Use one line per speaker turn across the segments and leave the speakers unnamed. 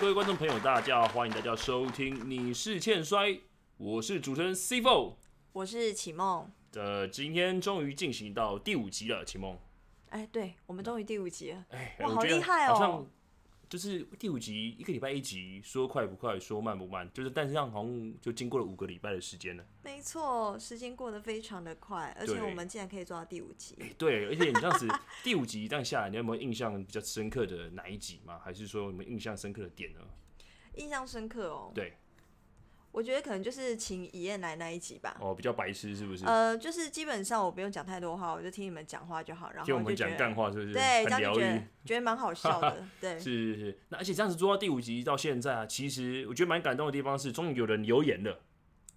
各位观众朋友，大家好，欢迎大家收听《你是欠摔》，我是主持人 C f o
我是启梦。
呃，今天终于进行到第五集了，启蒙。
哎，对，我
嗯
们终于第五集了。
哎，
哇
我
好
觉得
厉害哦
好像就是第五集，一个礼拜一集，说快不快，说慢不慢，就是但是这样好像就经过了五个礼拜的时间了。
没错，时间过得非常的快，而且我们竟然可以做到第五集。
对，而且你这样子第五集这样下来，你有没有印象比较深刻的哪一集吗？还是说你们印象深刻的点呢？
印象深刻哦。
对，
我觉得可能就是请遗燕来那一集吧。
哦，比较白痴是不是？
呃，就是基本上我不用讲太多话，我就听你们讲话就好，然
听我
后
们
就觉
讲
得
干话是不是？
对，这
很
样就
疗
觉
愈
得。觉得蛮好笑 的。对，
是是是，那而且这样子做到第五集到现在啊，其实我觉得蛮感动的地方是，终于有人留言了。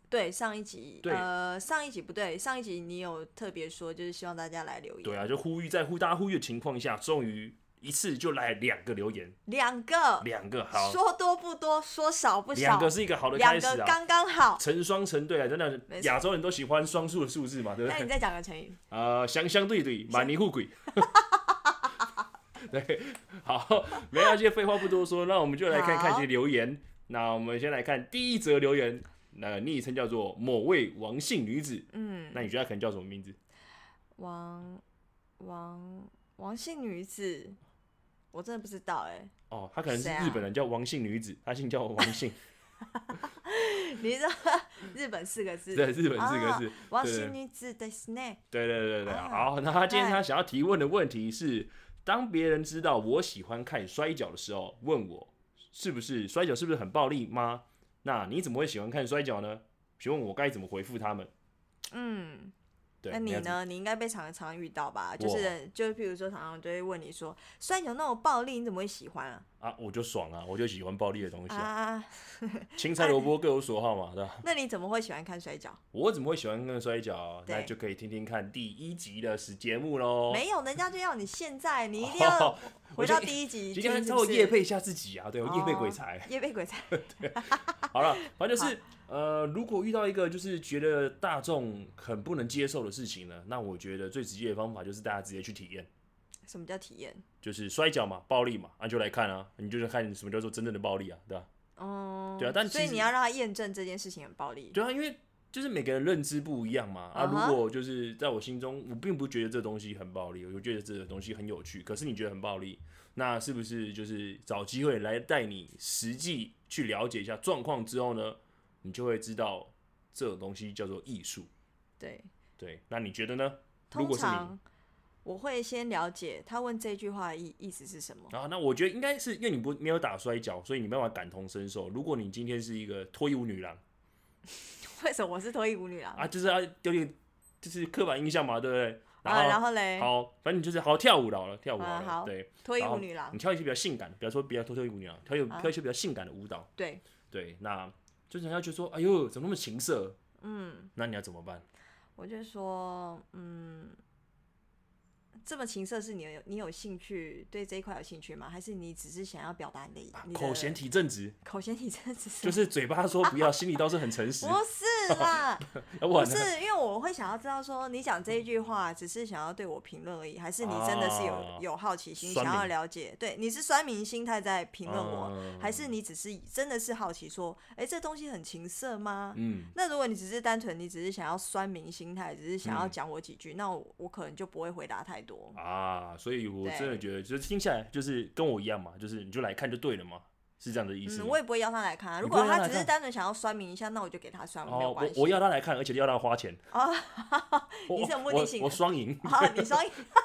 对，上一集
对
呃，上一集不对，上一集你有特别说，就是希望大家来留言。
对啊，就呼吁在呼大家呼吁的情况下，终于一次就来两个留言，
两个，
两个好，
说多不多，说少不
两
少，
个是一个好的
两
开始
个
啊，
刚刚 好。
成双成对啊，真的
没错
亚洲人都喜欢双数的数字嘛，对不
那你
对？
再讲个成语。
呃，相相对对，满泥护 鬼。对，好，没关系，废话不多说，那我们就来看看一
好
些留言。那我们先来看第一则留言，那昵称叫做某位王姓女子，
嗯，
那你觉得她可能叫什么名字？
王王王姓女子，我真的不知道哎、
哦，她可能是
谁啊
日本人，叫王姓女子，她姓叫王姓，
你 知道日本四个字，
对，日本四个字
啊，王
对
姓女子的 s n
对对对对对。
啊
好，那她今天
嗨
她想要提问的问题是：当别人知道我喜欢看摔跤的时候，问我是不是摔跤是不是很暴力吗？那你怎么会喜欢看摔跤呢？询问我该怎么回复他们？
嗯，
对，
那你
要怎么？
呢？你应该被常常遇到吧？就
我
是就是，譬如说，常常就会问你说，摔跤那种暴力，你怎么会喜欢啊？
啊，我就爽啊，我就喜欢暴力的东西、啊。
啊，
青菜萝卜各有所好嘛，对吧？
那你怎么会喜欢看摔跤？
我怎么会喜欢看摔跤？啊那
对
就可以听听看第一集的时节目喽。
没有，人家就要你现在，你一定要
哦 我
回
就
到第一集，
今
就是
天
是
稍
不
微
是
夜配一下自己啊，对，我夜配
哦
鬼才。
夜配鬼才，
好了，反正就是呃，如果遇到一个就是觉得大众很不能接受的事情呢，那我觉得最直接的方法就是大家直接去体验，
什么叫体验？
就是摔跤嘛，暴力嘛，那、就来看啊，你就是看什么叫做真正的暴力啊，对吧、
哦、
对啊但
所以
其实
你要让他验证这件事情很暴力。
对啊，因为就是每个人认知不一样嘛。啊，
啊哈
如果就是在我心中，我并不觉得这东西很暴力，我就觉得这个东西很有趣。可是你觉得很暴力，那是不是就是找机会来带你实际去了解一下状况之后呢，你就会知道这种东西叫做艺术。
对，
对，那你觉得呢？如
通
果是你啊
常我会先了解他问这句话的意意思是什么。，
啊那我觉得应该是因为你不没有打摔跤，所以你没办法感同身受。如果你今天是一个脱衣舞女郎
为什么我是脱衣舞女郎
啊，就是要有点就是刻板印象嘛，对不对？
啊？
然
然
后
后嘞，
好，反正你就是好好跳舞好了，跳舞
啊
了，
好
对，
脱衣
然后
舞女郎
你，跳一些比较性感的，比方说比较脱脱衣舞女郎，跳一
啊
跳一些比较性感的舞蹈，
对，
对，那就是人家就说，哎呦，怎么那么情色？
嗯，
那你要怎么办？
我就说，嗯，这么情色是你有你有兴趣对这一块有兴趣吗？还是你只是想要表达你的、
啊
你的
口嫌体正直，
口嫌体正直？
就是嘴巴说不 要，心里倒是很诚实。
不 是啦，
要不
不
然呢
是，因为我会想要知道说，你讲这一句话只是想要对我评论而已，还是你真的是有、
啊
有好奇心，
酸
想
民
要了解？对，你是酸民心态在评论我，
嗯
还是你只是真的是好奇说，哎、这东西很情色吗？
嗯，
那如果你只是单纯，你只是想要酸民心态，只是想要
嗯
讲我几句，那我我可能就不会回答太多。
啊，所以我
对
真的觉得，就是听下来就是跟我一样嘛，就是你就来看就对了嘛，是这样的意思吗。
嗯，我也不会邀他来看啊。
你
如
不
果
会邀他
他
来
只是
看
单纯想要酸民一下，那我就给他酸，没有
哦，
关
我
系。
我要他来看，而且要他花钱
哦
我
你是有目的性的
我我双赢。
好，你说，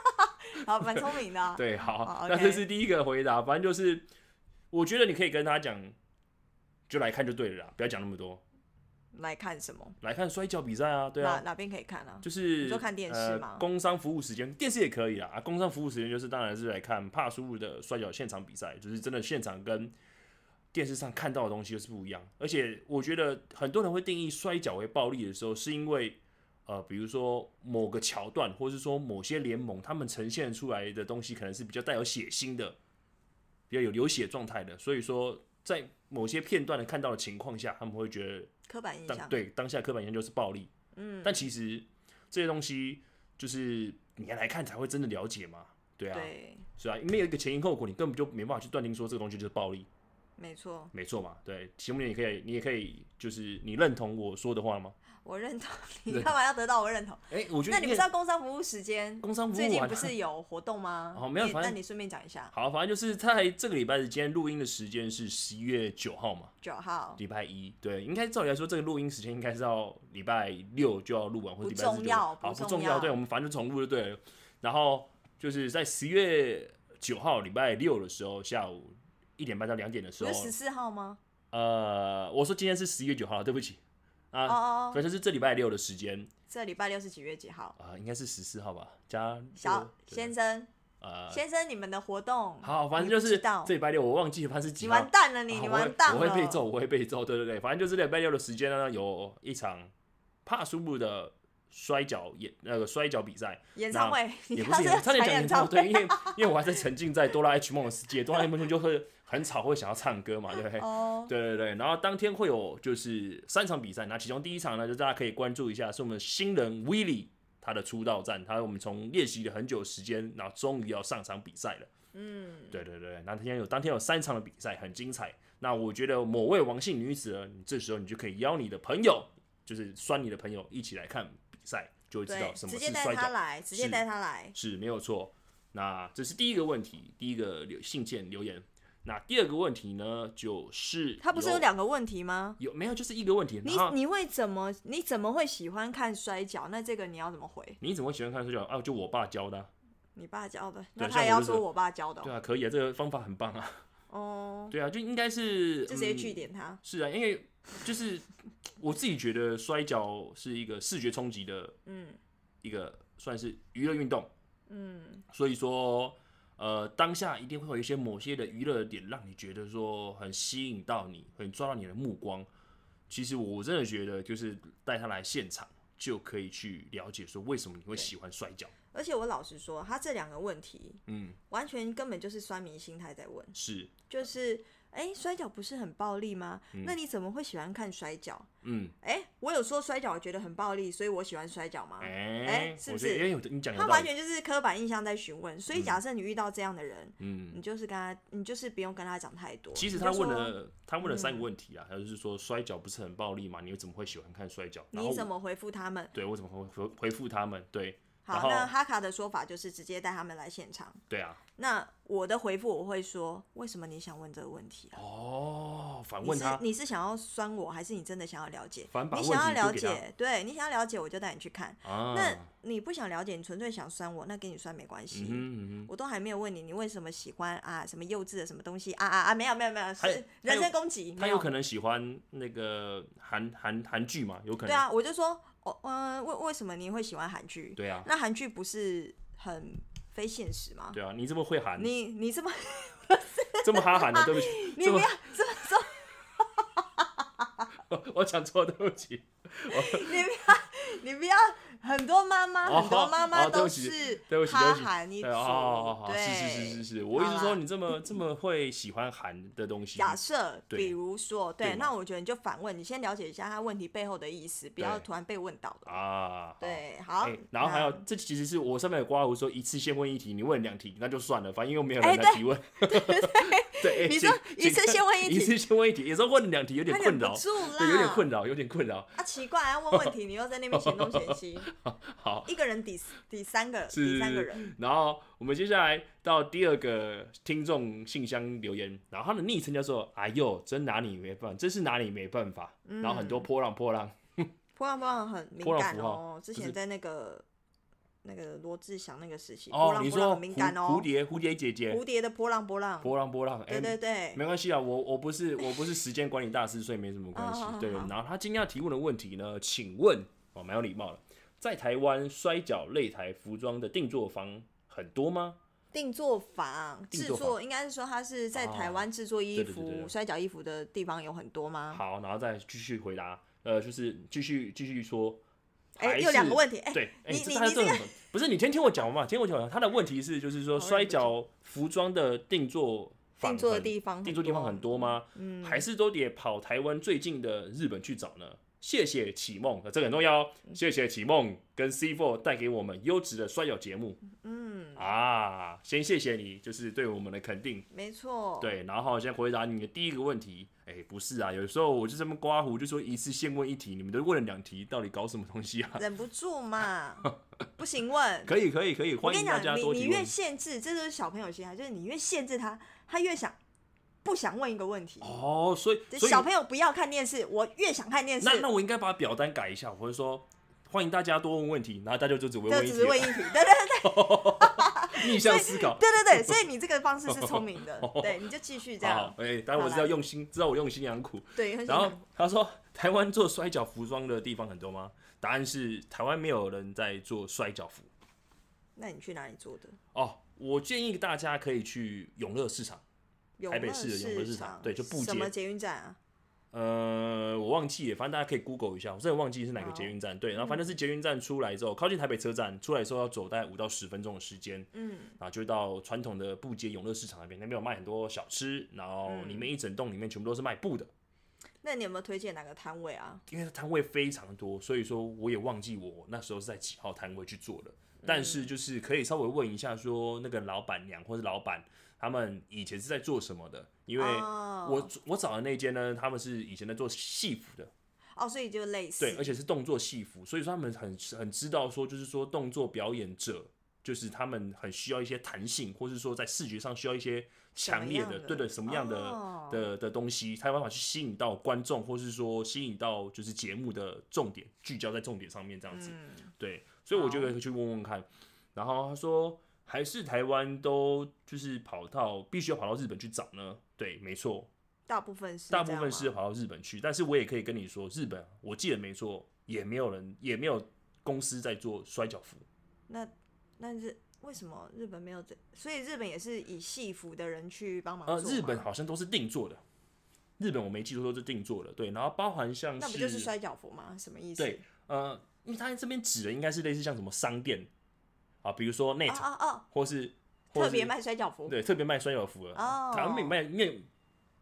好，蛮聪明的啊、
对，好
哦，
那
OK
这是第一个回答，反正就是，我觉得你可以跟他讲，就来看就对了啦，不要讲那么多，
来看什么？
来看摔跤比赛啊，对
哪
啊，
哪边可以看啊？
就是
你说看电视
呃
吗
工商服务时间，电视也可以啦，啊，工商服务时间就是当然是来看帕苏的摔跤现场比赛，就是真的现场跟电视上看到的东西就是不一样。而且我觉得很多人会定义摔跤为暴力的时候，是因为呃，比如说某个桥段，或是说某些联盟，他们呈现出来的东西可能是比较带有血腥的，比较有流血状态的，所以说在某些片段的看到的情况下，他们会觉得
刻板印
当
象。
对当下刻板印象就是暴力。嗯，但其实这些东西就是你要来看才会真的了解嘛。对啊，
对
是啊，因为有一个前因后果，你根本就没办法去断定说这个东西就是暴力。
没错，
没错嘛，对，节目你也可以，你也可以，就是你认同我说的话吗？
我认 同。你干嘛要得到我认同？
哎、我觉得
那你
应
不知
该
道工商服务时间
工商服务
最近
完
不
了
是有活动吗？
哦没有
你
反
那
正
你顺便讲一 下，
好，反正就是在这个礼拜的今天录音的时间是十一月九号嘛，
九号
礼拜一，对，应该照理来说这个录音时间应该是要礼拜六就要录完，或者
不
礼拜四
重
就
要
好
不
不
重
重
要
对，我们反正就重录就对了。然后就是在十月九号礼拜六的时候，下午一点半到两点的时
不
候
是，十四号吗？
呃，我说今天是十一月九号，对不起
哦
啊，
哦，
反正
哦，
就是这礼拜六的时间
这礼拜六是几月几号？
啊、应该是十四号吧，加
小
六对
先生，
呃，
先生，你们的活动
好，反正
你
就
不
是
知道
这礼拜六我忘记反正是几
你
号
完。蛋了，你
啊
你
我会
完蛋了，
我会被揍，我会被揍，对对对，反正就是礼拜六的时间呢，有一场帕苏布的摔跤演那个摔跤比赛，
演唱会， 你
也不
刚
是
刚
演，差
在
点
讲
讲演唱
演唱
会，对，因为因为我还在沉浸在哆啦 A 梦的世界，哆啦 A 梦就是很吵，会想要唱歌嘛，对不 对？
哦，
对对对，然后当天会有就是三场比赛，那其中第一场呢，就大家可以关注一下，是我们新人 w i l l y 他的出道战，他我们从练习了很久时间，然后终于要上场比赛了。
嗯，
对对对，那天有当天有三场的比赛，很精彩。那我觉得某位王姓女子呢，你这时候你就可以邀你的朋友，就是酸你的朋友一起来看比赛，就会知
对
道，什么
直
是
接
摔
带他
跤，
来，直接
是
带他来，
是没有错。那这是第一个问题，第一个留信件留言。那第二个问题呢，就是
他不是有两个问题吗？
有没有就是一个问题，
你
然后
你会怎么你怎么会喜欢看摔跤？那这个你要怎么回？
你怎么会喜欢看摔跤啊？就我爸教的啊、
你爸教的，那
对
他也
像我
要
就是
说我爸教的
对
哦。
啊，可以啊，这个方法很棒啊，
哦，
对啊，就应该是
就直接
嗯
据点他。
是啊，因为就是我自己觉得摔跤是一个视觉冲击的
嗯
一个算是娱乐运动，
嗯，
所以说呃当下一定会有一些某些的娱乐的点让你觉得说很吸引到你，很抓到你的目光。其实我真的觉得就是带他来现场就可以去了解说为什么你会喜欢摔跤。
而且我老实说，他这两个问题
嗯，
完全根本就是酸民心态在问，
是，
就是哎、摔跤不是很暴力吗？那你怎么会喜欢看摔跤？
嗯，
哎、我有说摔跤我觉得很暴力，所以我喜欢摔跤吗？
哎、
哎是不是
我觉得哎、有你讲
他
有道
完
理，
全就是刻板印象在询问，所以假设你遇到这样的人，
嗯。
你就是跟他，你就是不用跟他讲太多。
其实
你
他
就
问
说嗯
了，他问了三个问题啊，他就是说摔跤不是很暴力吗？你又怎么会喜欢看摔跤？然后我
你怎么回复他们？
对我怎么回回回复他们？对然
好，
后
那哈卡的说法就是直接带他们来现场。
对啊，
那我的回复我会说，为什么你想问这个问题啊？
哦，反
你
问
是
他，
你是想要酸我，还是你真的想要了解？
反把
你
问
想要
题丢
了
给他
解，对你想要了解，我就带你去看。
啊，
那你不想了解，你纯粹想酸我，那给你酸没关系。
嗯哼嗯哼，
我都还没有问你，你为什么喜欢啊？什么幼稚的什么东西啊啊啊！没有没有没有，
他有
是
他
人
有
身攻击。
他
没
有可能喜欢那个韩韩韩剧嘛，有可能
对啊，我就说，哦，嗯、为为什么你会喜欢韩剧？
对啊，
那韩剧不是很非现实吗？
对啊，你这么会韩，
你你这么
这么哈韩的，对不起，
你
这
不
么
要这么说，
我我讲错，对不起，
你不要很多妈妈，
哦
很多妈妈
哦对
都
不起
是
对不起对
哈
不起
韩一族
对，哦，
对，
是是是是是，我一直
好
说
啦
你这么这么会喜欢韩的东西，
假设，
对
比如说，
对
对，
嘛
那我觉得你就反问，你先了解一下他问题背后的意思，不要
对
突然被问到了。
啊，好。
对，好
哎，然后还有
那，
这其实是我上面有刮胡说一次先问一题，你问两题那就算了，反正又没有
哎
人来
对
提问。 对，哎
你
请
说一次
请
先问一
一
题
次先问一题，有时候问两题有点
他
困
忍不
扰，
住啦，
对，有点困扰，有点困扰。
啊，奇怪，啊，问问题你又在那边嫌东嫌西，
好，
一个人抵抵三个，
是
抵三个人，
然后我们接下来到第二个听众信箱留言，然后他的昵称叫做“哎呦，真拿你没办法，真是拿你没办法”，
嗯
然后很多波浪波浪，
波浪波浪很敏
波浪
感
符号
哦，之
不
前
是
在那个那个罗志祥那个时期，波
哦，
浪
你
波浪
说
很敏感
蝴
哦
蝴，蝶蝴蝶姐姐，
蝴蝶的波浪波浪，
波浪波浪，哎
对对对，
没关系啊，我我不是我不是时间管理大师，所以没什么关系
哦好。好
对，
好
然后他今天要提问的问题呢，请问哦，蛮有礼貌的，在台湾摔跤擂台服装的定做房很多吗？
定做坊
定
制
做坊啊
作应该是说它是在台湾制作衣
对对对
服、
对对
摔跤衣服的地方有很多吗？
好，然后再继续回答，呃，就是继续继续说，
哎、
还
有两个
是
问题，哎、
对，哎
你
这
你
他
你
这
这
种不是你先听我讲完嘛，听我讲完。他的问题是，就是说
好
摔
忍不住
跤服装的定做
定
坊
做的
很
地方，
定住地方很，多吗？
嗯
还是都得跑台湾最近的日本去找呢？谢谢启梦，
嗯
呃这个很重要哦。谢谢启梦跟 C Four 带给我们优质的摔跤节目。
嗯，
啊，先谢谢你，就是对我们的肯定。
没错，，
对，然后先回答你的第一个问题。哎、不是啊，有时候我就这么刮胡，就说一次现问一题，你们都问了两题，到底搞什么东西啊？
忍不住嘛，不行问。
可以，可以，可以，
我
欢
跟
迎
你
大家
讲，你
多
你
提
越
问。
限制，这就是小朋友心态，就是你越限制他，他越想不想问一个问题。
哦，所以，
这
所以
小朋友不要看电视，我越想看电视
那，那我应该把表单改一下，我会说欢迎大家多问问题，然后大家就只会
就
问一
只是
题
问
了，
一题。对对
逆向思考。
对对对，所以你这个方式是聪明的，
哦
对，你就继续这
好
样，，
哎、当然我
好
知道
啦
用心，知道我用心良苦。
对，很喜
然后
欢。
他说，台湾做摔跤服装的地方很多吗？答案是台湾没有人在做摔跤服。
那你去哪里做的？
哦，我建议大家可以去永乐市场。
永
台北
乐
市的永乐市场对就布
什
街
么捷运站啊？
呃，我忘记了，反正大家可以 Google 一下，我真的忘记是哪个
好嗯
捷运站。对，然后反正是捷运站出来之后，靠近台北车站出来之后要走大概五到十分钟的时间，
嗯，
然后就会到传统的布街永乐市场那边，那边有卖很多小吃，然后
嗯
里面一整栋里面全部都是卖布的，
那你有没有推荐哪个摊位啊？
因为它摊位非常多，所以说我也忘记我那时候是在几号摊位去做的。但是就是可以稍微问一下，说那个老板娘或是老板他们以前是在做什么的？因为
哦
我我找的那间呢，他们是以前在做戏服的，
哦，所以就类似
对，而且是动作戏服，所以说他们很很知道说，就是说动作表演者，就是他们很需要一些弹性，或是说在视觉上需要一些强烈
什么
的，
样的
对的，什么样的、
哦
的的东西，才有办法去吸引到观众，或是说吸引到就是节目的重点，聚焦在重点上面这样子。
嗯，
对，所以我觉
好
得可以去问问看。然后他说，还是台湾都就是跑到必须要跑到日本去找呢？对，没错，
大部分是
大
这
部
样
分
吗
是跑到日本去，但是我也可以跟你说，日本我记得没错，也没有人也没有公司在做摔跤服，
那那日为什么日本没有这？所以日本也是以戏服的人去帮忙
呃，
哦做
日本
吗
好像都是定做的，日本我没记错都是定做的，对，然后包含像
那不就是摔跤服吗？什么意思？
对呃，因为他这边指的应该是类似像什么商店啊，比如说内
哦
场、
哦哦，
或是或
特
是
别卖摔跤服，
对特别卖摔跤服的，
哦
台湾没有卖，因为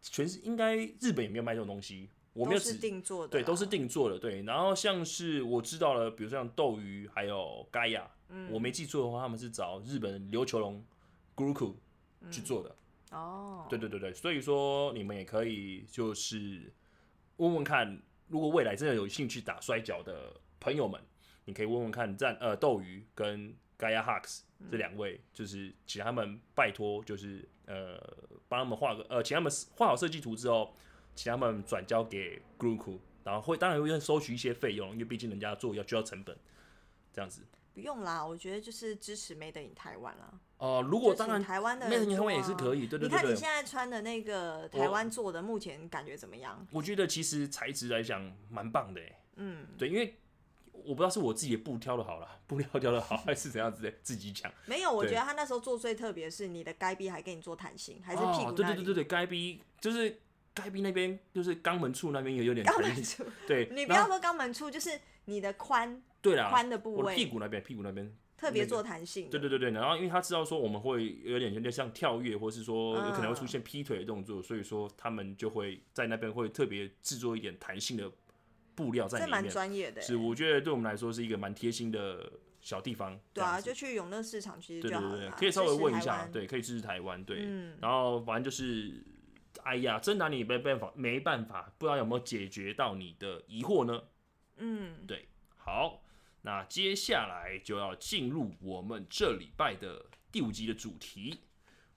全是应该日本也没有卖这种东西，我没有
都
指
是定做的，啊
对，都是。定做的。对，然后像是我知道了，比如说像斗鱼还有盖亚，我
嗯
没记错的话，他们是找日本琉球龙 Guruku 去
嗯
做的。
哦，
对对对对，所以说你们也可以就是问问看，如果未来真的有兴趣打摔跤的朋友们，你可以问问看战呃斗鱼跟 Gaia Hux
嗯
这两位，就是请他们拜托，就是呃帮他们画个呃请他们画好设计图之后，请他们转交给 g r u k u 然后会当然会收取一些费用，因为毕竟人家做要需要成本，这样子。
不用啦，我觉得就是支持 Made in 台湾啦。
哦，如果
就
当
请
然
台湾的
那
人
你台湾
做
也是
啊
可以，对对对对。
你看你现在穿的那个台
我
湾做的，目前感觉怎么样？
我觉得其实材质来讲蛮棒的、欸，
嗯，
对，因为我不知道是我自己的布挑的好了， 布料挑的好还是怎样子的，自己讲。
没有，我
对
觉得他那时候做最特别是你的该逼还给你做弹性，还是屁
哦
股那里，
对对对对对，该逼就是该逼那边就是肛门处那边也有点
肛
疼
门 处，
对，
你不
然
要
后
说肛门处，就是你的髋
对啦，
髋的部
我的屁
位
股那边，屁股那边。
特别
那个
做弹性的。
对对对对，然后因为他知道说我们会有点有点像跳跃，或是说有可能会出
嗯
现劈腿的动作，所以说他们就会在那边会特别制作一点弹性的布料在
这
里
蛮
面。
专业的欸、
是，我觉得对我们来说是一个蛮贴心的小地方。这
对
样
啊，
子
就去永乐市场其实
对
就
对
好
对
了
对，
啦，
可以稍微
支持
问一
台
下，
湾，
对，可以支持台湾，对。
嗯
然后反正就是，哎呀，真拿你没办法，没办法，不知道有没有解决到你的疑惑呢？
嗯，
对，好，那接下来就要进入我们这礼拜的第五集的主题。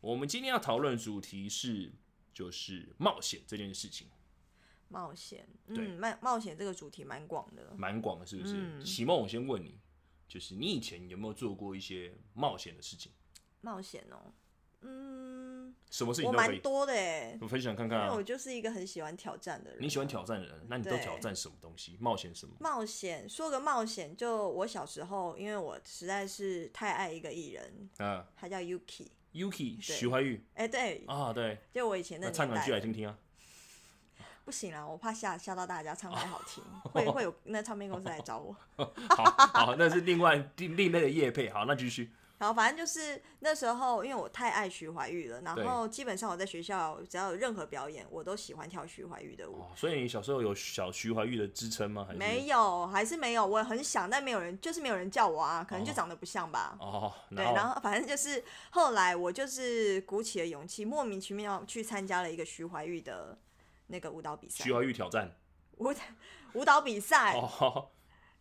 我们今天要讨论的主题是，就是冒险这件事情，
冒险，
对
嗯，冒冒险这个主题蛮广的。
蛮广的，是不是？
嗯
启梦，我先问你，就是你以前有没有做过一些冒险的事情？
冒险哦，嗯，
什么事情
我
都可
蛮
以，
多的哎、
我分享看
因
看
为
啊
我。就是一个很喜欢挑战的人。
你喜欢挑战的人，那你都
对
挑战什么东西？冒险什么？
冒险？说个冒险，就我小时候，因为我实在是太爱一个艺人，
啊
他叫 Yuki。
，Yuki 徐怀钰
哎、对，
啊，对，
就我以前的
那唱
年
两句来
代，
听听 啊。
不行啦，我怕吓吓到大家，
哦
唱太好听，会 会有那唱片公司来找我。
好，好，那是另外另另类的夜配。好，那继续。
然后反正就是那时候，因为我太爱徐怀钰了，然
对
后基本上我在学校只要有任何表演，我都喜欢跳徐怀钰的舞。
哦，所以你小时候有小徐怀钰的支撑吗？还是
没有，还是没有，我很想，但没有人，就是没有人叫我啊，可能就
哦
长得不像吧。
哦，
对，然后反正就是后来我就是鼓起了勇气，莫名其妙去参加了一个徐怀钰的那个舞蹈比赛
徐，怀钰挑战
舞舞蹈比赛。
哦，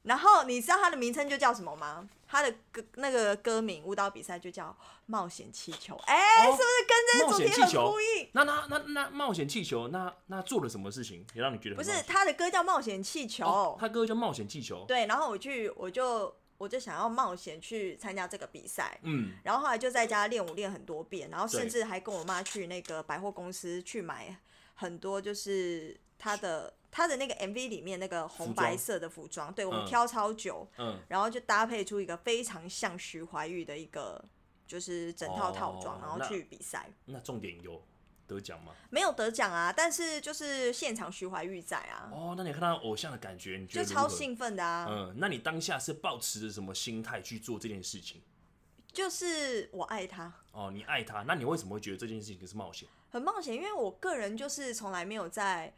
然后你知道它的名称就叫什么吗？它的歌那个歌名舞蹈比赛就叫《冒险气球》。哎、
哦
是不是跟这个
冒
主
险
题
气
很
球
呼应？
那那那那冒险气球，那那做了什么事情也让你觉得很
不
冒
是，
险
他的歌叫《冒险气球》
哦，他哥叫冒险气球，
对，然后我去，我就我就想要冒险去参加这个比赛。
嗯，
然后后来就在家练舞练很多遍，然后甚
对
至还跟我妈去那个百货公司去买很多，就是她的她的那个 MV 里面那个红
服
白
装
色的服装，对我们
嗯
挑超久，
嗯，
然后就搭配出一个非常像徐怀钰的一个就是整套套装，
哦
然后
那
去比赛。
那重点有得奖吗？
没有得奖啊，但是就是现场徐怀钰在啊，
哦，那你看到偶像的感觉，你觉
就
得
超
如何
兴奋的啊，
嗯，那你当下是抱持着什么心态去做这件事情？
就是我爱他。
哦，你爱他，那你为什么会觉得这件事情是冒险？
很冒险，因为我个人就是从来没有在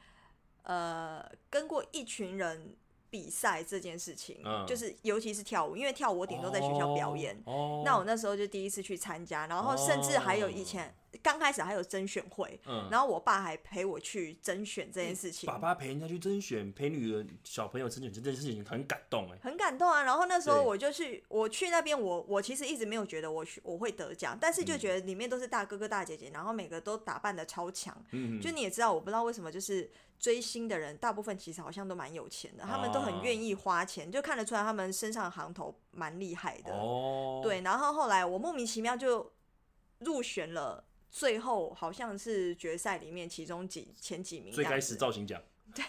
呃跟过一群人比赛这件事情，
嗯
就是尤其是跳舞，因为跳舞我顶多在学校表演。
哦，哦
那我那时候就第一次去参加，然后甚至还有以前
哦
刚开始还有甄选会，
嗯，
然后我爸还陪我去甄选这件事情，
爸爸陪人家去甄选，陪女儿小朋友甄选这件事情很感动哎。
很感动啊。然后那时候
对
我就去，我去那边，我我其实一直没有觉得我去我会得奖，但是
嗯
就觉得里面都是大哥哥大姐姐，然后每个都打扮的超强，
嗯，
就你也知道，我不知道为什么，就是追星的人大部分其实好像都蛮有钱的，他们都
哦
很愿意花钱，就看得出来他们身上的行头蛮厉害的。
哦，，
对，然后后来我莫名其妙就入选了，最后好像是决赛里面其中几前几名这
最
样子。
开始造型奖，对，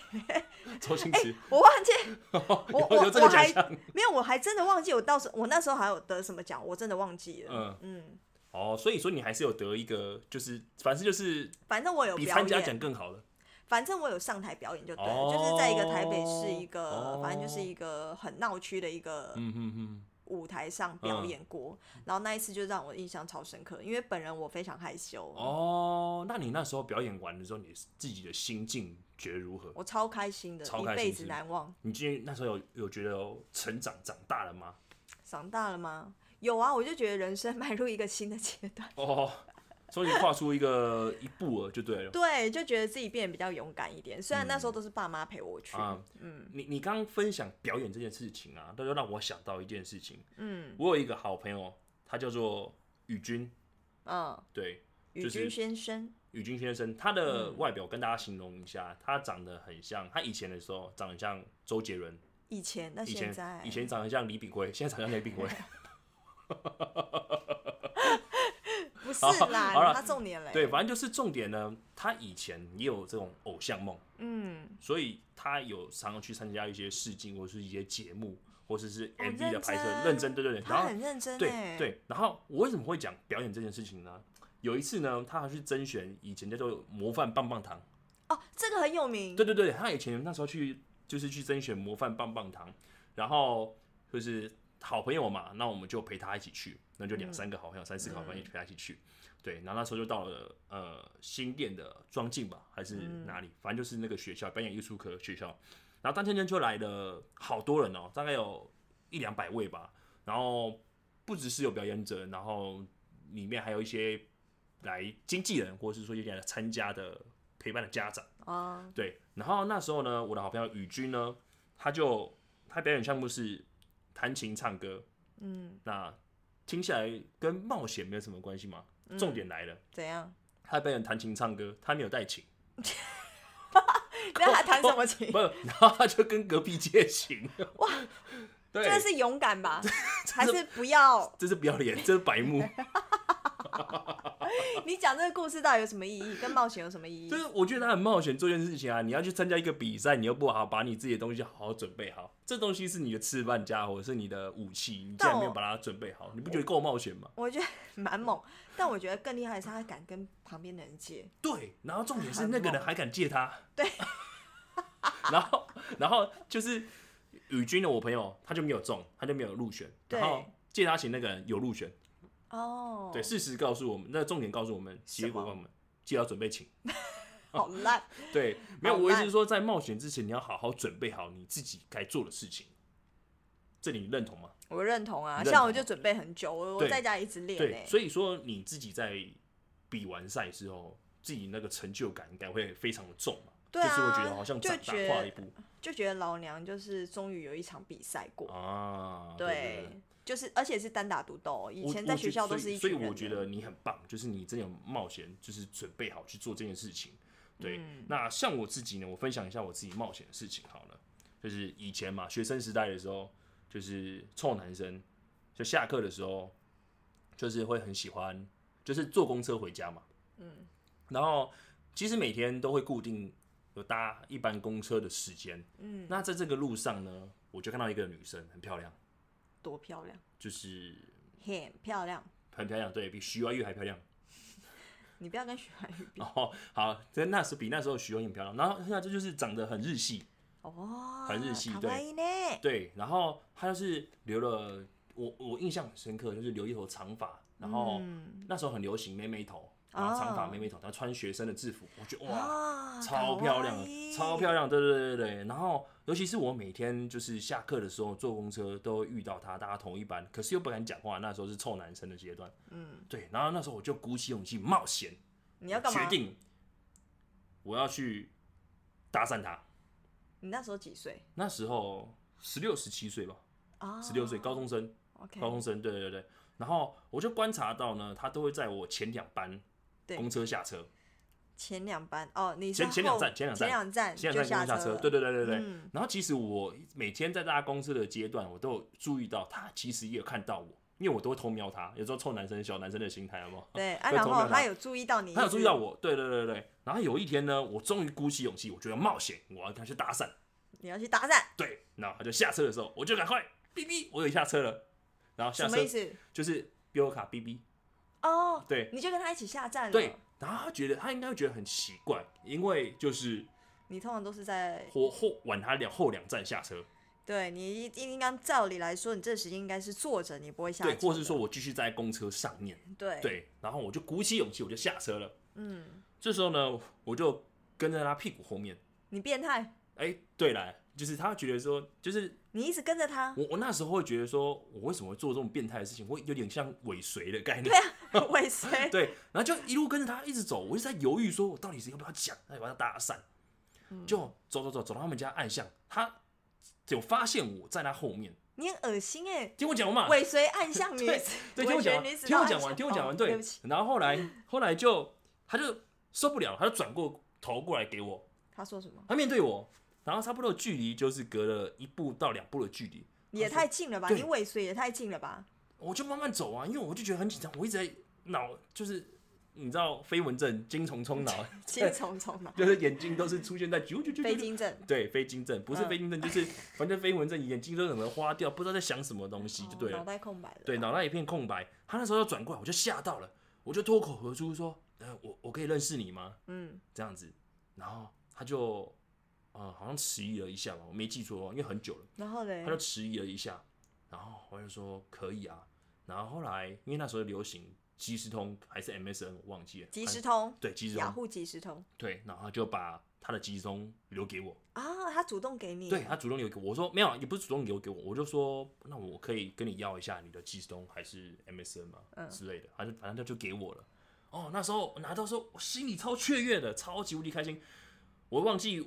周星驰，
我忘 记哎我
有
我
有这个
我还
奖项。
没有，我还真的忘记我到时我那时候还有得什么奖，我真的忘记了。
嗯，
嗯，
哦，所以说你还是有得一个，就是反正就是
反正我有
比
表
参加
演，
奖更好的。
反正我有上台表演就对了，
哦
就是在一个台北市一个，
哦
反正就是一个很闹区的一个
嗯嗯嗯，
舞台上表演过，然后那一次就让我印象超深刻，因为本人我非常害羞，
哦，那你那时候表演完的时候，你自己的心境觉得如何？
我超开心的，
超
一
开心
辈子
是不是
难忘。
你今天那时候有有觉得有成长长大了吗？
长大了吗？有啊，我就觉得人生迈入一个新的阶段，
哦，所以跨出一个一步了就对了。
对，就觉得自己变得比较勇敢一点。虽然那时候都是爸妈陪我去，
嗯啊，
嗯
你你刚刚分享表演这件事情啊，那就让我想到一件事情。
嗯
我有一个好朋友，他叫做宇君，
嗯，
对，
宇
就是
君先生，
宇君先生，他的外表跟大家形容一下，他长得很像，他以前的时候长得像周杰伦，
以前那
以
现
前
在
以前长得像李炳辉，现在长得像李炳 辉。
不是
好
啦，
好了
他重点嘞，
对，反正就是重点呢，他以前也有这种偶像梦，
嗯，
所以他有常常去参加一些试镜或是一些节目，或者是
哦
MV 的拍摄，
认真
认真对对对，然
他
后
很认真
对
哎，，
对，然后我为什么会讲表演这件事情呢？有一次呢，他还去甄选以前叫做模范棒棒糖，
哦，这个很有名，
对对对，他以前那时候去就是去甄选模范棒棒糖，然后就是好朋友嘛，那我们就陪他一起去，那就两三个好朋友、三四个好朋友陪他一起去。对，然后那时候就到了呃新店的庄敬吧，还是哪里，反正就是那个学校表演艺术科学校。然后当天就来了好多人哦，大概有一两百位吧。然后不只是有表演者，然后里面还有一些来经纪人或者是说一些来参加的陪伴的家长。
啊，
对，然后那时候呢，我的好朋友宇君呢，他就他表演项目是弹琴唱歌，
嗯，
那听起来跟冒险没有什么关系嘛。重点来了，
怎 样？
他表演弹琴唱歌，他没有带琴，
那他弹什么琴？
不， 然后他就跟隔壁借 琴。哇， 对，
这是勇 敢吧？还是不要？
这是不要脸，这是白目。
你讲这个故事到底有什么意义？跟冒险有什么意义
就？是我觉得他很冒险做一件事情啊，你要去参加一个比赛，你又不好好把你自己的东西好好准备好，这东西是你的吃饭家伙，是你的武器，你竟
但
然没有
我
把它准备好，你不觉得够冒险吗？
我觉得蛮猛，但我觉得更厉害的是他敢跟旁边的人借。
对，然后重点是
很
那个人
猛
还敢借他，
对，
然后然后就是宇君的我朋友，他就没有中，他就没有入选，
对
然后借他钱那个人有入选，
哦，
对，，事实告诉我们，那重点告诉我们，结果
什么
告诉我们记得要准备请。
好烂，
对，没有，
好
我意思
烂
是说，在冒险之前，你要好好准备好你自己该做的事情。这你认同吗？
我认同啊，
你认同
像我就准备很久，我我
对
在家一直练
对，
欸
所以说你自己在比完赛之后，自己那个成就感应该会非常的重嘛，
对啊
就是会觉得好像
就
长大
觉
跨一步
就觉得老娘就是终于有一场比赛过，
啊，对对
对，就是而且是单打独斗，以
我
前
我
在
觉
学校都
所
是
以
一
所以
群
我
人
觉
的
得你很棒，就是你真的有冒险，就是准备好去做这件事情。对，
嗯
那像我自己呢，我分享一下我自己冒险的事情好了。就是以前嘛，学生时代的时候，就是臭男生，就下课的时候，就是会很喜欢，就是坐公车回家嘛。嗯，然后其实每天都会固定有搭一班公车的时间。嗯，那在这个路上呢，我就看到一个女生很漂亮，
多漂亮，
就是
很漂亮。
很漂亮，对比徐怀钰还漂亮。
你不要跟徐怀钰比
哦，好，在那时比那时候徐怀钰很漂亮，然后现在这就是长得很日系，
哦，
很日系
卡
对
哇伊呢？
对，然后她就是留了，我我印象很深刻，就是留一头长发，然后
嗯
那时候很流行妹妹头，然后长发
哦
妹妹头，她穿学生的制服，我觉得哇，
啊哇
超漂亮的，超漂亮，
亮。
对对对对对，然后尤其是我每天就是下课的时候坐公车都会遇到她，大家同一班，可是又不敢讲话，那时候是臭男生的阶段，嗯，对，然后那时候我就鼓起勇气冒险，
你要干嘛？
决定我要去搭讪他。
你那时候几岁
那时候十六、十七岁吧，
啊？
十六岁，高中生，
OK，
高中生，对对对。然后我就观察到呢，他都会在我前两班
对
公车下车，
前两班哦，你是
前前两
后
站前两站
前两站
现
嗯就
在在公车
下
下车，
了
对对对对对。
嗯
然后其实我每天在搭公车的阶段，我都有注意到他，其实也有看到我，因为我都会偷瞄他，有时候臭男生、小男生的心态，好不好？
对啊，
对
然
同
后
样的
他有注意到你，
他有注意到，我，对对对对对。然后有一天呢，我终于鼓起勇气，我觉得冒险，我要跟他去搭讪。
你要去搭讪，
对，然后他就下车的时候，我就赶快哔哔，我有下车了，然后下
什么意
车
思？
就是比我卡哔哔，
哦，
对
你就跟他一起下站了。
对，，然后他觉得他应该会觉得很奇怪，因为就是
你通常都是在
后后晚他两后两站下车，
对你一应该照理来说，你这时间应该是坐着，你不会下
对，
走
或
的
是说我继续在公车上面，
对
对，然后我就鼓起勇气，我就下车了，嗯，这时候呢，我就跟在他屁股后面，
你变态，
哎，对啦，就是他觉得说，就是
你一直跟着他，
我我那时候会觉得说，我为什么会做这种变态的事情，会有点像尾随的概念，
尾随，
对，然后就一路跟着他一直走，我一直在犹豫，说我到底是要不要讲，要不要搭讪，
嗯
就走走走走到他们家暗巷，他有发现我在他后面，
你很恶心哎，
听我讲完嘛，
尾随暗巷女
对
子，
对，听
尾
我讲
随
完，
女子
听
到
我
暗
讲
巷
完，听我讲
哦
完，
对
对
不起，，
然后后来后来就他就受不了，他就转过头过来给我，
他说什么？
他面对我，然后差不多的距离就是隔了一步到两步的距离，
也太近了吧，
对
你尾随也太近了吧，
我就慢慢走啊，因为我就觉得很紧张，我一直在脑就是你知道飞蚊症精虫冲脑，
气冲冲嘛，
就是眼睛都是出现在啾啾啾啾
飞
啾
金症，
对，飞金症不是
嗯
飞金症，就是反正飞蚊症，眼睛都可能花掉，不知道在想什么东西，就对
哦脑
了，
袋空白了，
对，，脑袋一片空白。他那时候要转过来，我就吓到了，我就脱口而出说：“呃，我我可以认识你吗
嗯，？”
这样子，然后他就呃好像迟疑了一下吧，我没记错的话，因为很久了，
然后嘞
他，就迟疑了一下，然后我就说可以啊，然后后来因为那时候流行即时通还是 MSN，我忘记了，
即
反
时通，
对即时
雅
通，
虎即时通
对，然后他就把他的即时通留给我。
啊，他主动给你，
对，他主动留给我，我说没有，啊也不是主动留给我，我就说那我可以跟你要一下你的即时通还是 MSN 嘛、之类的，他就反正他就给我了。哦，那时候我拿到的时候，我心里超雀跃的，超级无敌开心。我忘记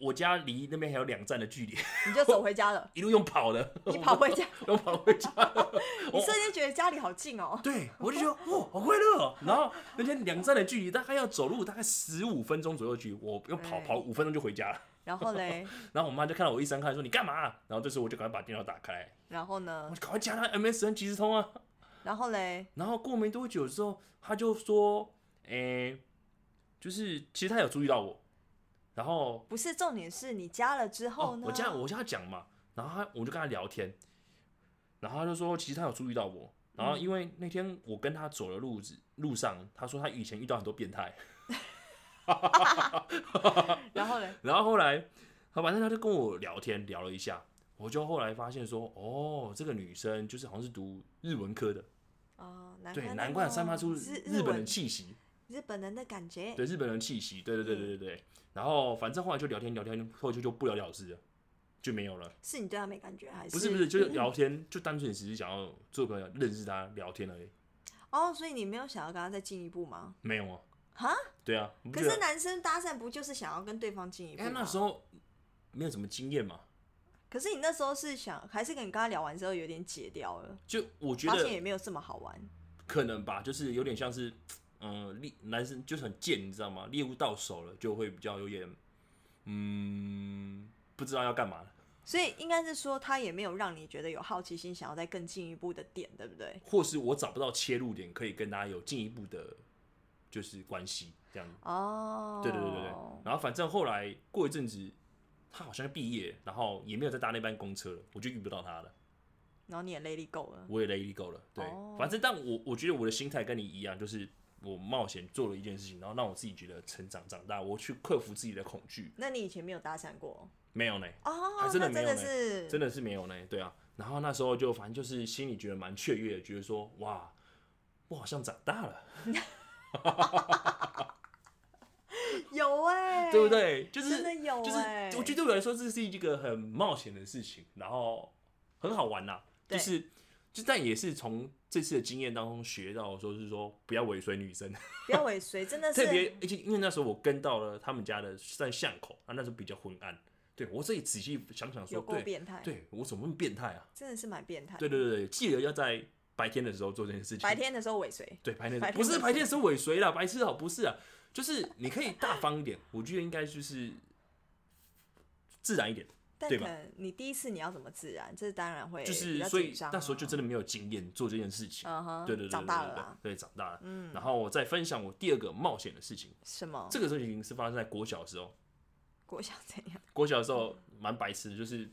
我家离那边还有两站的距离，
你就走回家了，
一路用跑的，
你跑回家，
我跑回家。哦
你瞬间觉得家里好近哦，
对，我就觉得哇，好快乐、哦。然后那天两站的距离大概要走路大概十五分钟左右的距离，我用跑
对
跑五分钟就回家了。
然后嘞，
然后我妈就看到我一张开说你干嘛、啊然后这时候我就赶快把电脑打开，
然后呢
我，就赶快加他 MSN 即时通啊。
然后嘞，
然后过没多久之后，他就说，诶、就是其实他有注意到我，然后
不是重点是你加了之后
哦
呢？，
我这样我这样讲嘛，然后他我就跟他聊天，然后他就说其实他有注意到我，然
嗯
后因为那天我跟他走的路子路上，他说他以前遇到很多变态，
然后嘞，
然后后来，好反正他就跟我聊天聊了一下，我就后来发现说，哦，这个女生就是好像是读日文科的，
哦，难怪
对，
那
难怪
个
散发出
日
日本
文
人气息，
日本人的感觉。
对日本人气息，对对对对对对。然后反正后来就聊天聊天，后来就就不了了之了，就没有了。
是你对他没感觉，还是嗯
不是不是，就是聊天，就单纯只是想要做朋友，认识他，聊天而已，
哦，所以你没有想要跟他再进一步吗？
没有啊。
哈？
对啊。你不
可
觉得
是男生搭讪不就是想要跟对方进一步
哎、
吗？
那时候没有什么经验嘛，
可是你那时候是想，还是跟你跟他聊完之后有点解掉了，
就我觉
发现也
得
没有这么好玩。
可能吧，就是有点像是，嗯，猎男生就是很贱，你知道吗？猎物到手了就会比较有点，嗯，不知道要干嘛了，
所以应该是说他也没有让你觉得有好奇心，想要再更进一步的点，对不对？
或是我找不到切入点可以跟他有进一步的，就是关系这样子。
哦，
对对对对对。然后反正后来过一阵子，他好像毕业，然后也没有再搭那班公车了，我就遇不到他了。
然后你也 Lady Go 了，
我也 let it go 了。对，
哦
反正但我我觉得我的心态跟你一样，就是我冒险做了一件事情，然后让我自己觉得成长长大，我去克服自己的恐惧。
那你以前没有搭讪过
没有呢，
哦？
还啊真的
那
没有
的
呢
是
真的是没有呢。对啊，然后那时候就反正就是心里觉得蛮雀跃的，觉得说哇，我好像长大了，
有哎、
对不？对？就是
真的有
就是
哎、
我觉得对我来说，这是一个很冒险的事情，然后很好玩呐、就
对
是。就但也是从这次的经验当中学到，说是说不要尾随女生，
不要尾随，真的 是
特别，而且因为那时候我跟到了他们家的在巷口，啊，那时候比较昏暗。对我自己仔细想想说，
有够
对，
变态，哎
对我怎么那么变态啊？
真的是蛮变态。
对对对对，记得要在白天的时候做这件事情。
白天的时候尾随，
对白天
白天
不是
的
白天是尾随啦，白痴哦，不是啊，就是你可以大方一点，我觉得应该就是自然一点，
但
对
可
吧
能你第一次你要怎么自然，这当然会
就是
哎比较
所以
紧张
那时候就
啊
真的没有经验做这件事情。
嗯哼，
对对对，
长
对
大
对
了啦，
对，对长大了。嗯，然后我再分享我第二个冒险的事情，
什么？
这个事情是发生在国小的时候。
国小怎样？
国小的时候蛮白痴的，就是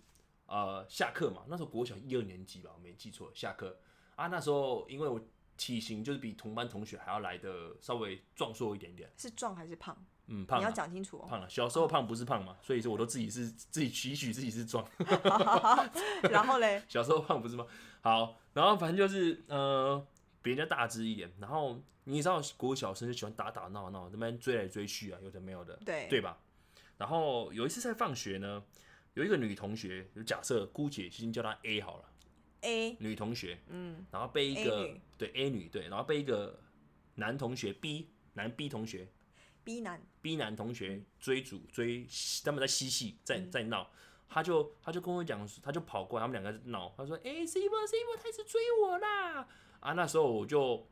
呃下课嘛，那时候国小一二年级吧，我没记错，下课啊那时候因为我体型就是比同班同学还要来的稍微壮硕一点点，
是壮还是胖？
嗯胖
你要
啊。
讲清楚哦。
胖了，小时候胖不是胖嘛，所以说我都自己是自己期许自己是壮，
然后嘞，
小时候胖不是吗？好，然后反正就是呃，比人家大只一点，然后你知道国小生就喜欢打打闹闹，那边追来追去啊，有的没有的，
对
对吧？然后有一次在放学呢，有一个女同学，就假设姑且先叫她 A 好了，
A，
女同学，
嗯，
然后被一
A
个
女
对 A 女对，然后被一个男同学 B 男 B 同学
B 男，
B 男同学追逐追，他们在嬉戏，在在闹。他就他就跟我讲，他就跑过来，他们两个在闹。他说：“哎、s i m o s i m o 他一直追我啦！”啊，那时候我就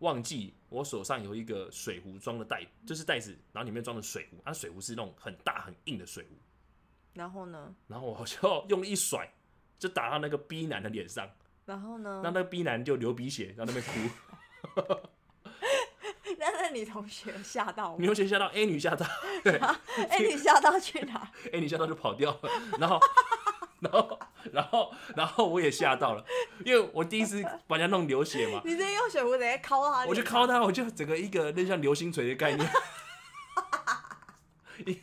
忘记我手上有一个水壶装的袋，就是袋子，然后里面装的水壶，啊，水壶是那种很大很硬的水壶。
然后呢，
然后我就 用力一甩，就打到那个 B 男的脸上，
然后呢
让，那个 B 男就流鼻血，在那边哭。
那那女同学吓到
女
吗，
同学吓到，A 女吓到，对，
哎，你吓到去哪？
哎、你吓到就跑掉了，然后， 然后，然后，然后我也吓到了，因为我第一次把人家弄流血 嘛，
你这用水壶直接敲他，
我就敲，他，我就整个一个那像流星锤的概念，一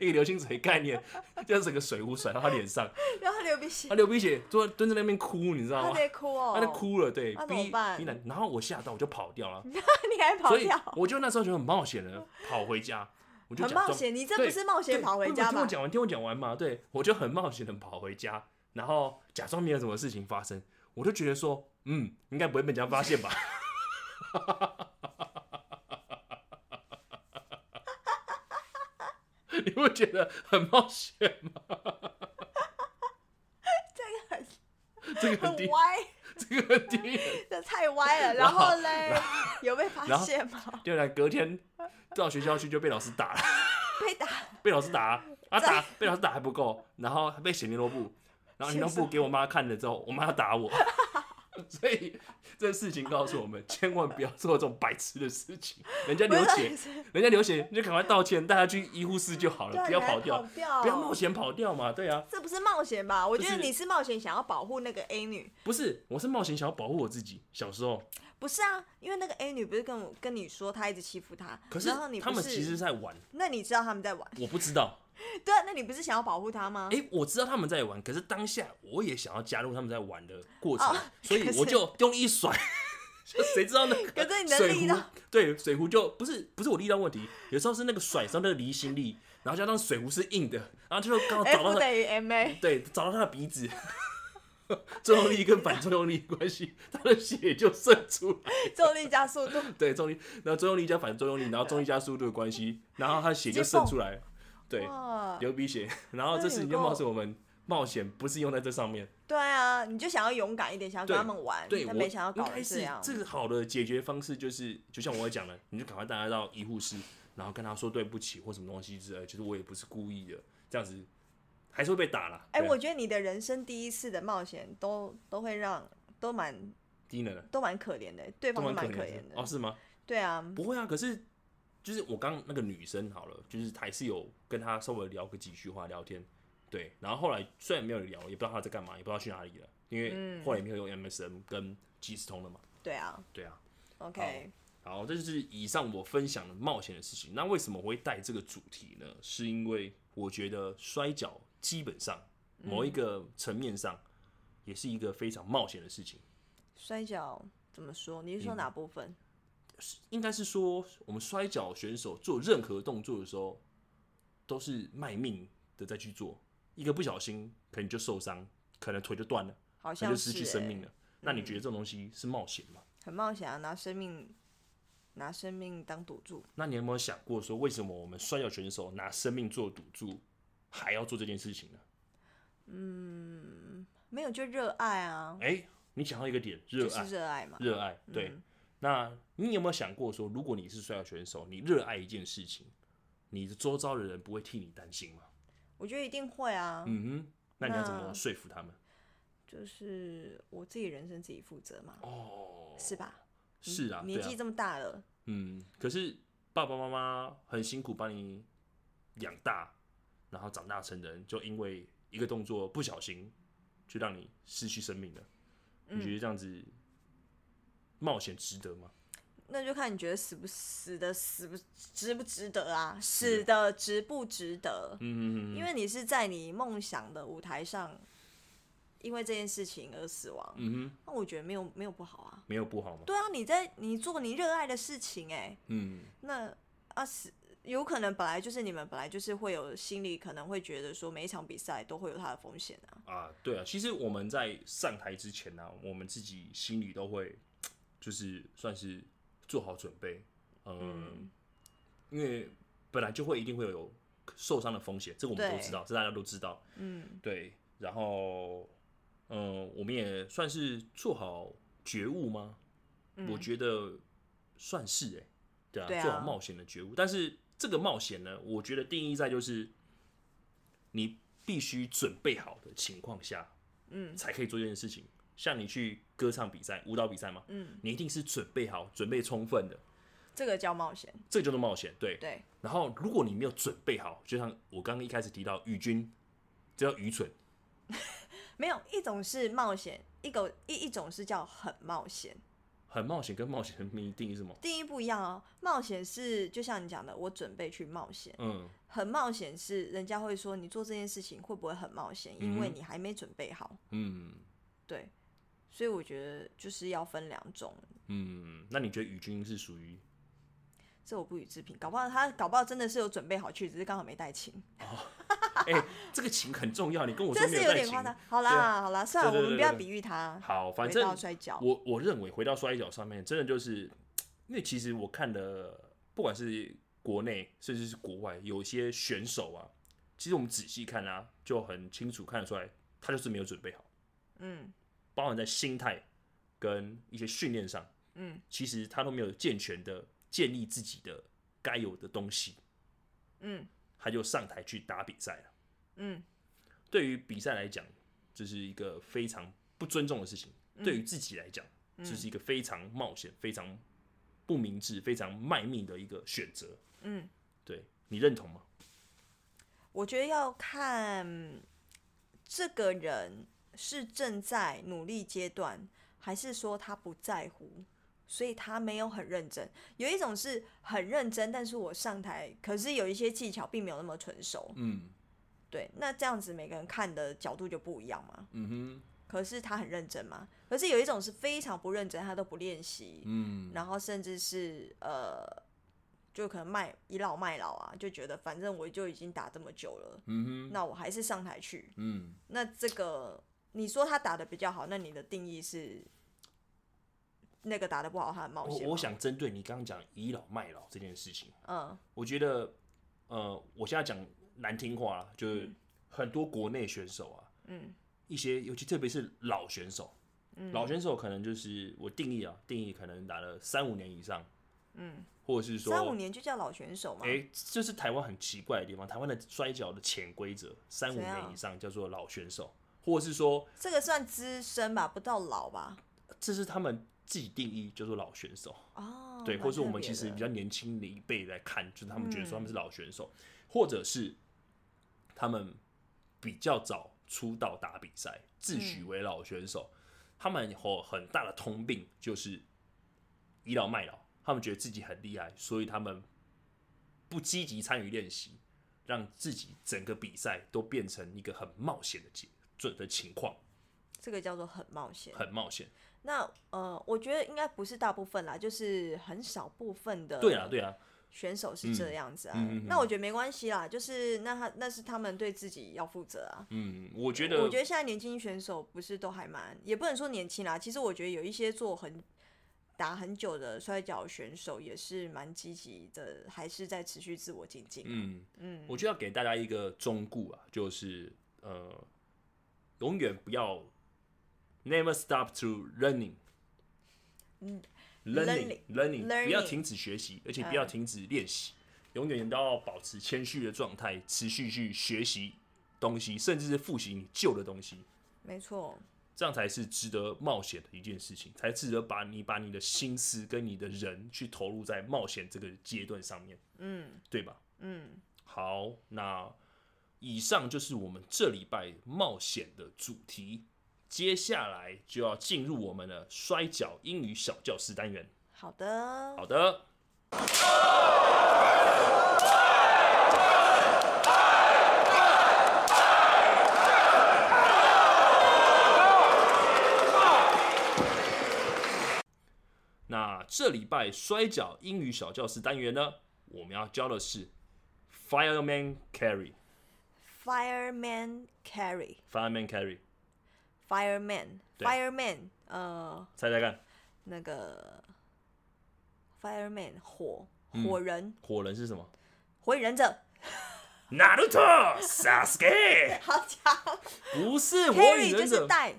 一个流星锤概念，就整个水壶甩到他脸上，
然后他流鼻血
他，流鼻血，蹲蹲在那边哭，你知道
他
吗
直？接哭哦，
他在，哭了，对，
那怎么
逼逼
办
男，然后我吓到我就跑掉了，
你还跑
所以
掉，
我就那时候就很冒险的跑回 家，我就
很
假
冒
装
险，你这
对
不是冒险
对
跑回
不
家
听我
吧？
讲完，听我讲完嘛。对，我就很冒险的跑回家，然后假装没有什么事情发生。我就觉得说，嗯，应该不会被人家发现吧。 你会觉得很冒险吗？这个
这个
很
很
低
很，歪，
这个很低。
这太歪了。然后嘞， 有被发
然后
现吗？
就来隔天到学校去就被老师打了，
被 打，
被老师打啊
在
打，被老师打还不够，然后还被写联络簿，然后联络簿给我妈看了之后，我妈要打我。 所以这事情告诉我们，千万不要做这种白痴的事情。人家
不
流
是
血
你， 是
人家流血你就赶快道歉，带他去医护室就好
对
了，
啊
不要
你还
跑掉，
掉
不要冒险跑掉嘛。对啊，
这不是冒险吧？我觉得
就是
你是冒险，想要保护那个 A 女，
不是，我是冒险想要保护我自己。小时候，
不是啊？因为那个 A 女不是跟我跟你说她一直欺负她，
可是
然后你不
他们
是
其实在玩，
那你知道他们在玩，
我不知道。
对啊，那你不是想要保护她吗？
哎、我知道他们在玩，可是当下我也想要加入他们在玩的过程，
哦
所以
可是
我就用力一甩， 谁知道那
可
个
是你的
水
力
壶
道？
对，水壶就不是不是我力道问题，有时候是那个甩上那个离心力，然后加上水壶是硬的，然后就刚好找到
F
他
等于 ma，
对，找到他的鼻子， 作用力跟反作用力关系，他的血就渗出来。
重力加速度，
对，重力，然后作用力加反作用力，然后重力加速度的关系，然后他的血就渗出来。对，
哇，
流鼻血。 然后
那
这
你
事情
哎够
就冒险，我们冒险不是用在这上面。
对啊，你就想要勇敢一点，想要跟
对
哎他们玩，
对，我
但没想到
应
搞
该
成这
是
样，
这个好的解决方式就是，就像我讲的，你就赶快带他到医护室，然后跟他说对不起或什么东西之类，其实我也不是故意的，这样子还是会被打啦。
哎、
对啊
我觉得你的人生第一次的冒险都都会让都蛮
低能了，
都蛮可怜的，对
这
方都
么
蛮
可
可
怜
怜
是
的。
哦，是吗？
对啊，
不会啊，可是就是我刚那个女生好了，就是还是有跟她稍微聊个几句话聊天，对，然后后来虽然没有聊，也不知道她在干嘛，也不知道去哪里了，因
嗯
为后来也没有用 MSN 跟即时通了嘛，
对啊
对啊。
，OK，
好，这就是以上我分享的冒险的事情。那为什么我会带这个主题呢？是因为我觉得摔跤基本上某一个层面上，也是一个非常冒险的事情。
摔跤怎么说？你
嗯
是说哪部分？
应该是说，我们摔跤选手做任何动作的时候，都是卖命的在去做，一个不小心可能就受伤，可能腿就断了，可
好
能
像、
就是失
欸、
去生命了。嗯那你觉得这种东西是冒险吗？
很冒险啊，拿生命拿生命当赌注。
那你有没有想过说，为什么我们摔跤选手拿生命做赌注，还要做这件事情呢？
没有就热爱啊，
哎、你讲到一个点，
就
热爱
是，热嗯爱嘛。
热爱，对。那你有没有想过说，如果你是摔跤选手，你热爱一件事情，你的周遭的人不会替你担心吗？
我觉得一定会啊，
嗯哼，那你要怎么
那
说服他们？
就是我自己人生自己负责嘛，
哦，
是吧？
是啊，
年
对啊
纪这么大了，
嗯，可是爸爸妈妈很辛苦把你养大，然后长大成人，就因为一个动作不小心，就让你失去生命了。
嗯
你觉得这样子冒险值得吗？
那就看你觉得死不死的死不值不值得啊，死的值不值得？
嗯，
因为你是在你梦想的舞台上，因为这件事情而死亡，
嗯哼，
那我觉得没有没有不好啊。
没有不好吗？
对啊，你在你做你热爱的事情、哎，
嗯，
那啊死有可能本来就是你们本来就是会有心里可能会觉得说每一场比赛都会有它的风险啊，
啊，对啊，其实我们在上台之前呢、我们自己心里都会，就是算是做好准备，嗯，因为本来就会一定会有受伤的风险，这个我们都
对
知道，这大家都知道，
嗯，
对，然后，嗯，我们也算是做好觉悟吗？我觉得算是哎、对啊，
嗯对啊
做好冒险的觉悟，但是这个冒险呢，我觉得定义在就是你必须准备好的情况下，
嗯
才可以做这件事情。像你去歌唱比赛、舞蹈比赛嘛，
嗯，
你一定是准备好、准备充分的，
这个叫冒险，
这就是冒险。对，
对，
然后如果你没有准备好，就像我刚刚一开始提到雨军，这叫愚蠢。
没有一种是冒险，一个一一种是叫很冒险，
很冒险跟冒险的定义是什么？
定义不一样哦。冒险是就像你讲的，我准备去冒险，
嗯，
很冒险是人家会说你做这件事情会不会很冒险，因为
嗯
你还没准备好，
嗯
对，所以我觉得就是要分两种，
嗯，那你觉得宇军是属于
这我不予置评，搞不好他搞不好真的是有准备好去，只是刚好没带琴。
哎、这个情很重要，你跟我说
这
没
是
有带
点
情
夸。张。好
对啊
啦，好啦，算了，
对对
我们
对
不要
对
比喻他。
好，反
回到
正
摔跤，
我我认为回到摔跤上面，真的就是因为其实我看的，不管是国内甚至是国外，有些选手啊，其实我们仔细看啊，就很清楚看得出来，他就是没有准备好，
嗯
包含在心态跟一些训练上，
嗯，
其实他都没有健全的建立自己的该有的东西，
嗯
他就上台去打比赛了。
嗯，
对于比赛来讲，这是一个非常不尊重的事情；
嗯
对于自己来讲，这是一个非常冒险、非常不明智、非常卖命的一个选择。
嗯，
对你认同吗？
我觉得要看这个人是正在努力阶段，还是说他不在乎，所以他没有很认真。有一种是很认真，但是我上台，可是有一些技巧并没有那么纯熟。
嗯
对，那这样子每个人看的角度就不一样嘛。
嗯哼，
可是他很认真嘛？可是有一种是非常不认真，他都不练习，
嗯，
然后甚至是呃，就可能卖倚老卖老啊，就觉得反正我就已经打这么久了，
嗯哼，
那我还是上台去。
嗯，
那这个你说他打的比较好，那你的定义是那个打的不好，他很冒
我
险吗
我想针对你刚刚讲倚老卖老这件事情，
嗯
我觉得，呃，我现在讲难听话啦，就是很多国内选手啊，
嗯
一些尤其特别是老选手，老选手可能就是我定义啊，定义可能打了三五年以上，
嗯，
或者是说
三五年就叫老选手嘛
哎、，这是台湾很奇怪的地方，台湾的摔跤的潜规则，三五
怎样
年以上叫做老选手，或者是说
这个算资深吧，不到老吧？
这是他们自己定义叫做老选手，
哦，
对，
蛮
或者是我
特
们
别
其实
的
比较年轻的一辈来看，就是他们觉得说他
嗯
们是老选手，或者是他们比较早出道打比赛，自
嗯
诩为老选手，他们有很大的通病就是倚老卖老，他们觉得自己很厉害，所以他们不积极参与练习，让自己整个比赛都变成一个很冒险的结准的情况，
这个叫做很冒险。
很冒险。
那呃，我觉得应该不是大部分啦，就是很少部分的
对啊，对啊，
选手是这样子啊。
嗯嗯嗯
那我觉得没关系啦，就是那他那是他们对自己要负责啊。
嗯，我觉得，
我觉得现在年轻选手不是都还蛮，也不能说年轻啦。其实我觉得有一些做很打很久的摔跤选手也是蛮积极的，还是在持续自我精进。
嗯。
嗯
我就要给大家一个忠告啊，就是呃，永远不要 never stop to learning，嗯
learning，
learning，learning，
learning 嗯
不要停止学习，而且不要停止练习，永远都要保持谦虚的状态，持续去学习东西，甚至是复习你旧的东西，
没错。
这样才是值得冒险的一件事情，才值得把你把你的心思跟你的人去投入在冒险这个阶段上面，
嗯
对吧？
嗯，
好，那以上就是我们这礼拜冒险的主题。接下来就要进入我们的摔跤英语小教室单元。
好的。
好的。那这礼拜摔跤英语小教室单元呢，我们要教的是 fireman carry。
Fireman carry
fireman carry，
fireman
对
fireman 呃
猜猜看，
那个 fireman 火
嗯
火人
火人是什么
火影忍者，
？Naruto Sasuke
好强。
不是火影
Carry 就
忍
是
者，
带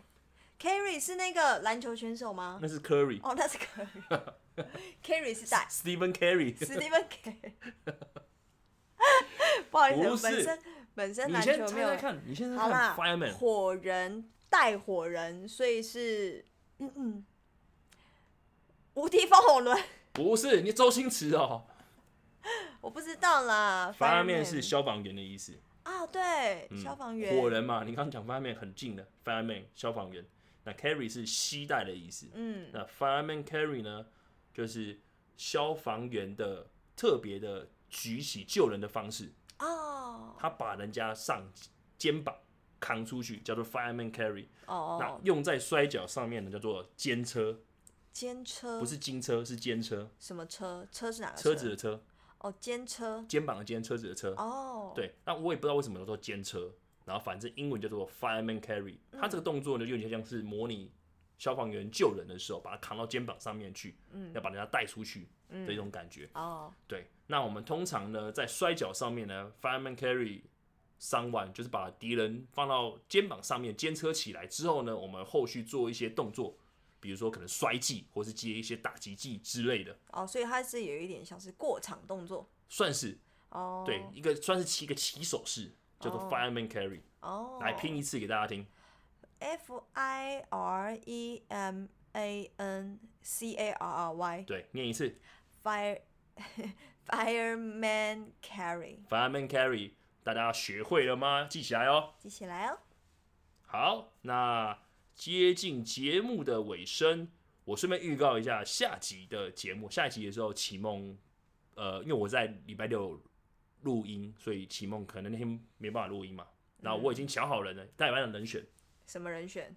，Carry 是那个篮球选手吗？
那是 Curry。
哦，那是 Carry。Carry 是带
Stephen Curry，
，Steven Carry。不好意
不
思，
是
本身本身
你
篮
先
球没
猜
有
猜。看，你现在
好
看
啦
Fireman，
火人带火人，所以是嗯嗯，无敌风火轮，
不是你周星驰哦。
我不知道啦。
Fireman
Fireman
是消防员的意思，
啊，对，
嗯
消防员。
火人嘛，你刚刚讲 Fireman 很近的，Fireman 消防员。那 Carry 是携带的意思，
嗯，
那 Fireman Carry 呢，就是消防员的特别的举起救人的方式，
哦
他把人家上肩膀扛出去，叫做 Fireman Carry。
哦哦
那，用在摔跤上面呢，叫做肩车，
肩车
不是金车，是肩车，
什么车？车是哪个
车子的车，
哦，肩车
肩膀的肩，车子的车。
哦，，
对，那我也不知道为什么叫做肩车，然后反正英文叫做 fireman carry，它
嗯
这个动作呢就有点像是模拟消防员救人的时候，把它扛到肩膀上面去，
嗯
要把人家带出去的一种感觉。
哦，
对，那我们通常呢在摔跤上面呢，fireman carry 伤完就是把敌人放到肩膀上面肩车起来之后呢，我们后续做一些动作。比如说，可能摔技，或是接一些打击技之类的，
哦，所以它是有一点像是过场动作
算是
哦，
对一个算是起一个起手式，叫做
哦
fireman carry。
哦，
来拼一次给大家听。
F I R E M A N C A R R Y
对，念一次
fire fireman carry
，fireman carry，大家学会了吗？记起来哦。
记起来哦，
好，那接近节目的尾声，我顺便预告一下下集的节目。下一集的时候，启梦，呃，因为我在礼拜六录音，所以启梦可
嗯
能那天没办法录音嘛。那我已经想好人了，代班的人选，
什么人选？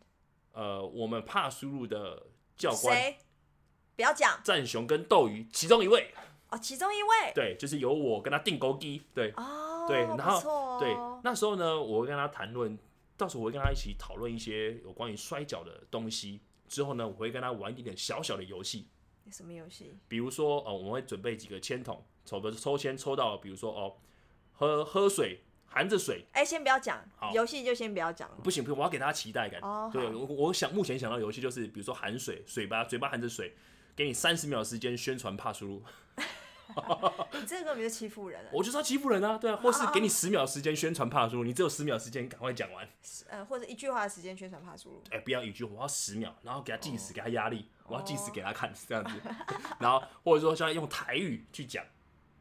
呃，我们怕输入的教官
谁？不要讲
战雄跟斗鱼其中一位，
哦，其中一位
对，就是由我跟他定勾机，对
哦，
对然后
不错哦
对。那时候呢，我会跟他谈论，到时候我会跟他一起讨论一些有关于摔跤的东西。之后呢，我会跟他玩一点点小小的游戏，
什么游戏？
比如说，呃，我们会准备几个签筒，抽的抽签抽到，比如说哦，喝喝水，含着水，
哎，先不要讲
好
游戏，就先不要 讲了。
不行不行，我要给大家期待感。
哦
对，
好
我我想目前想到的游戏就是，比如说含水，水吧，嘴巴含着水，给你三十秒的时间宣传怕输入，
你这个根本就欺负人了。
我就是要欺负人啊，对啊，或是给你十秒的时间宣传怕输入，你只有十秒的时间，你赶快讲完。
呃，或者一句话的时间宣传怕输入。
哎、不要一句，我要十秒，然后给他计时，给他压力，我要计时给他看，是这样子。 然后或者说像用台语去讲，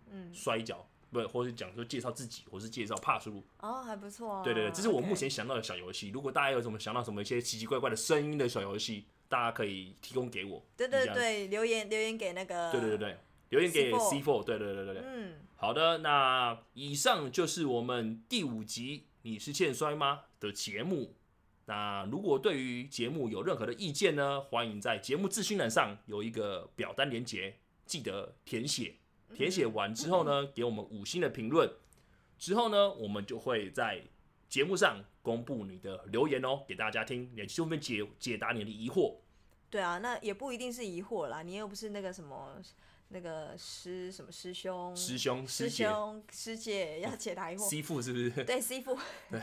嗯，
摔跤，不，或是讲说介绍自己，或是介绍怕输入。
哦，还不错啊。
对对对，这是我
OK
目前想到的小游戏。如果大家有什么想到什么一些奇奇怪怪的声音的小游戏，大家可以提供给我。
对
这
对
样
对，留言留言给那个。
对对对。对，留言给
C4
呃 C Four，对对对对对。
嗯，
好的，那以上就是我们第五集《你是欠摔吗》的节目。那如果对于节目有任何的意见呢，欢迎在节目资讯栏上有一个表单连接，记得填写。填写完之后
嗯
呢，给我们五星的评论。之后呢，我们就会在节目上公布你的留言哦，给大家听，也顺便解解答你的疑惑。
对啊，那也不一定是疑惑啦，你又不是那个什么那个师什么师兄、
师兄、师
师
姐、哦
兄师姐要解答疑惑。
师父是不是？
对师傅，
对，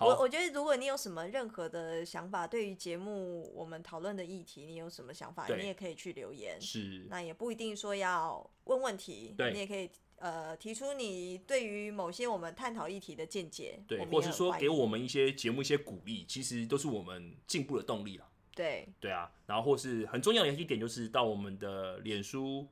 我
好，
我觉得如果你有什么任何的想法，对于节目我们讨论的议题，你有什么想法，
对
你也可以去留言。
是
那也不一定说要问问题，
对
你也可以呃提出你对于某些我们探讨议题的见解，
对，
我们
或
也
是
很
说
欢
给
迎
我们一些节目一些鼓励，其实都是我们进步的动力啦。
对
对啊，然后或是很重要的一点就是到我们的脸书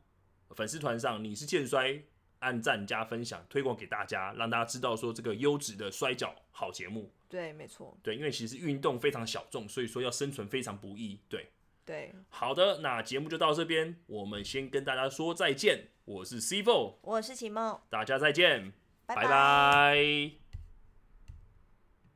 粉丝团上，你是健衰，按赞加分享，推广给大家，让大家知道说这个优质的摔跤好节目。
对，没错，
对，因为其实运动非常小众，所以说要生存非常不易。对，
对，
好的，那节目就到这边，我们先跟大家说再见。我是 C Four，
我是秦梦，
大家再见，
拜
拜拜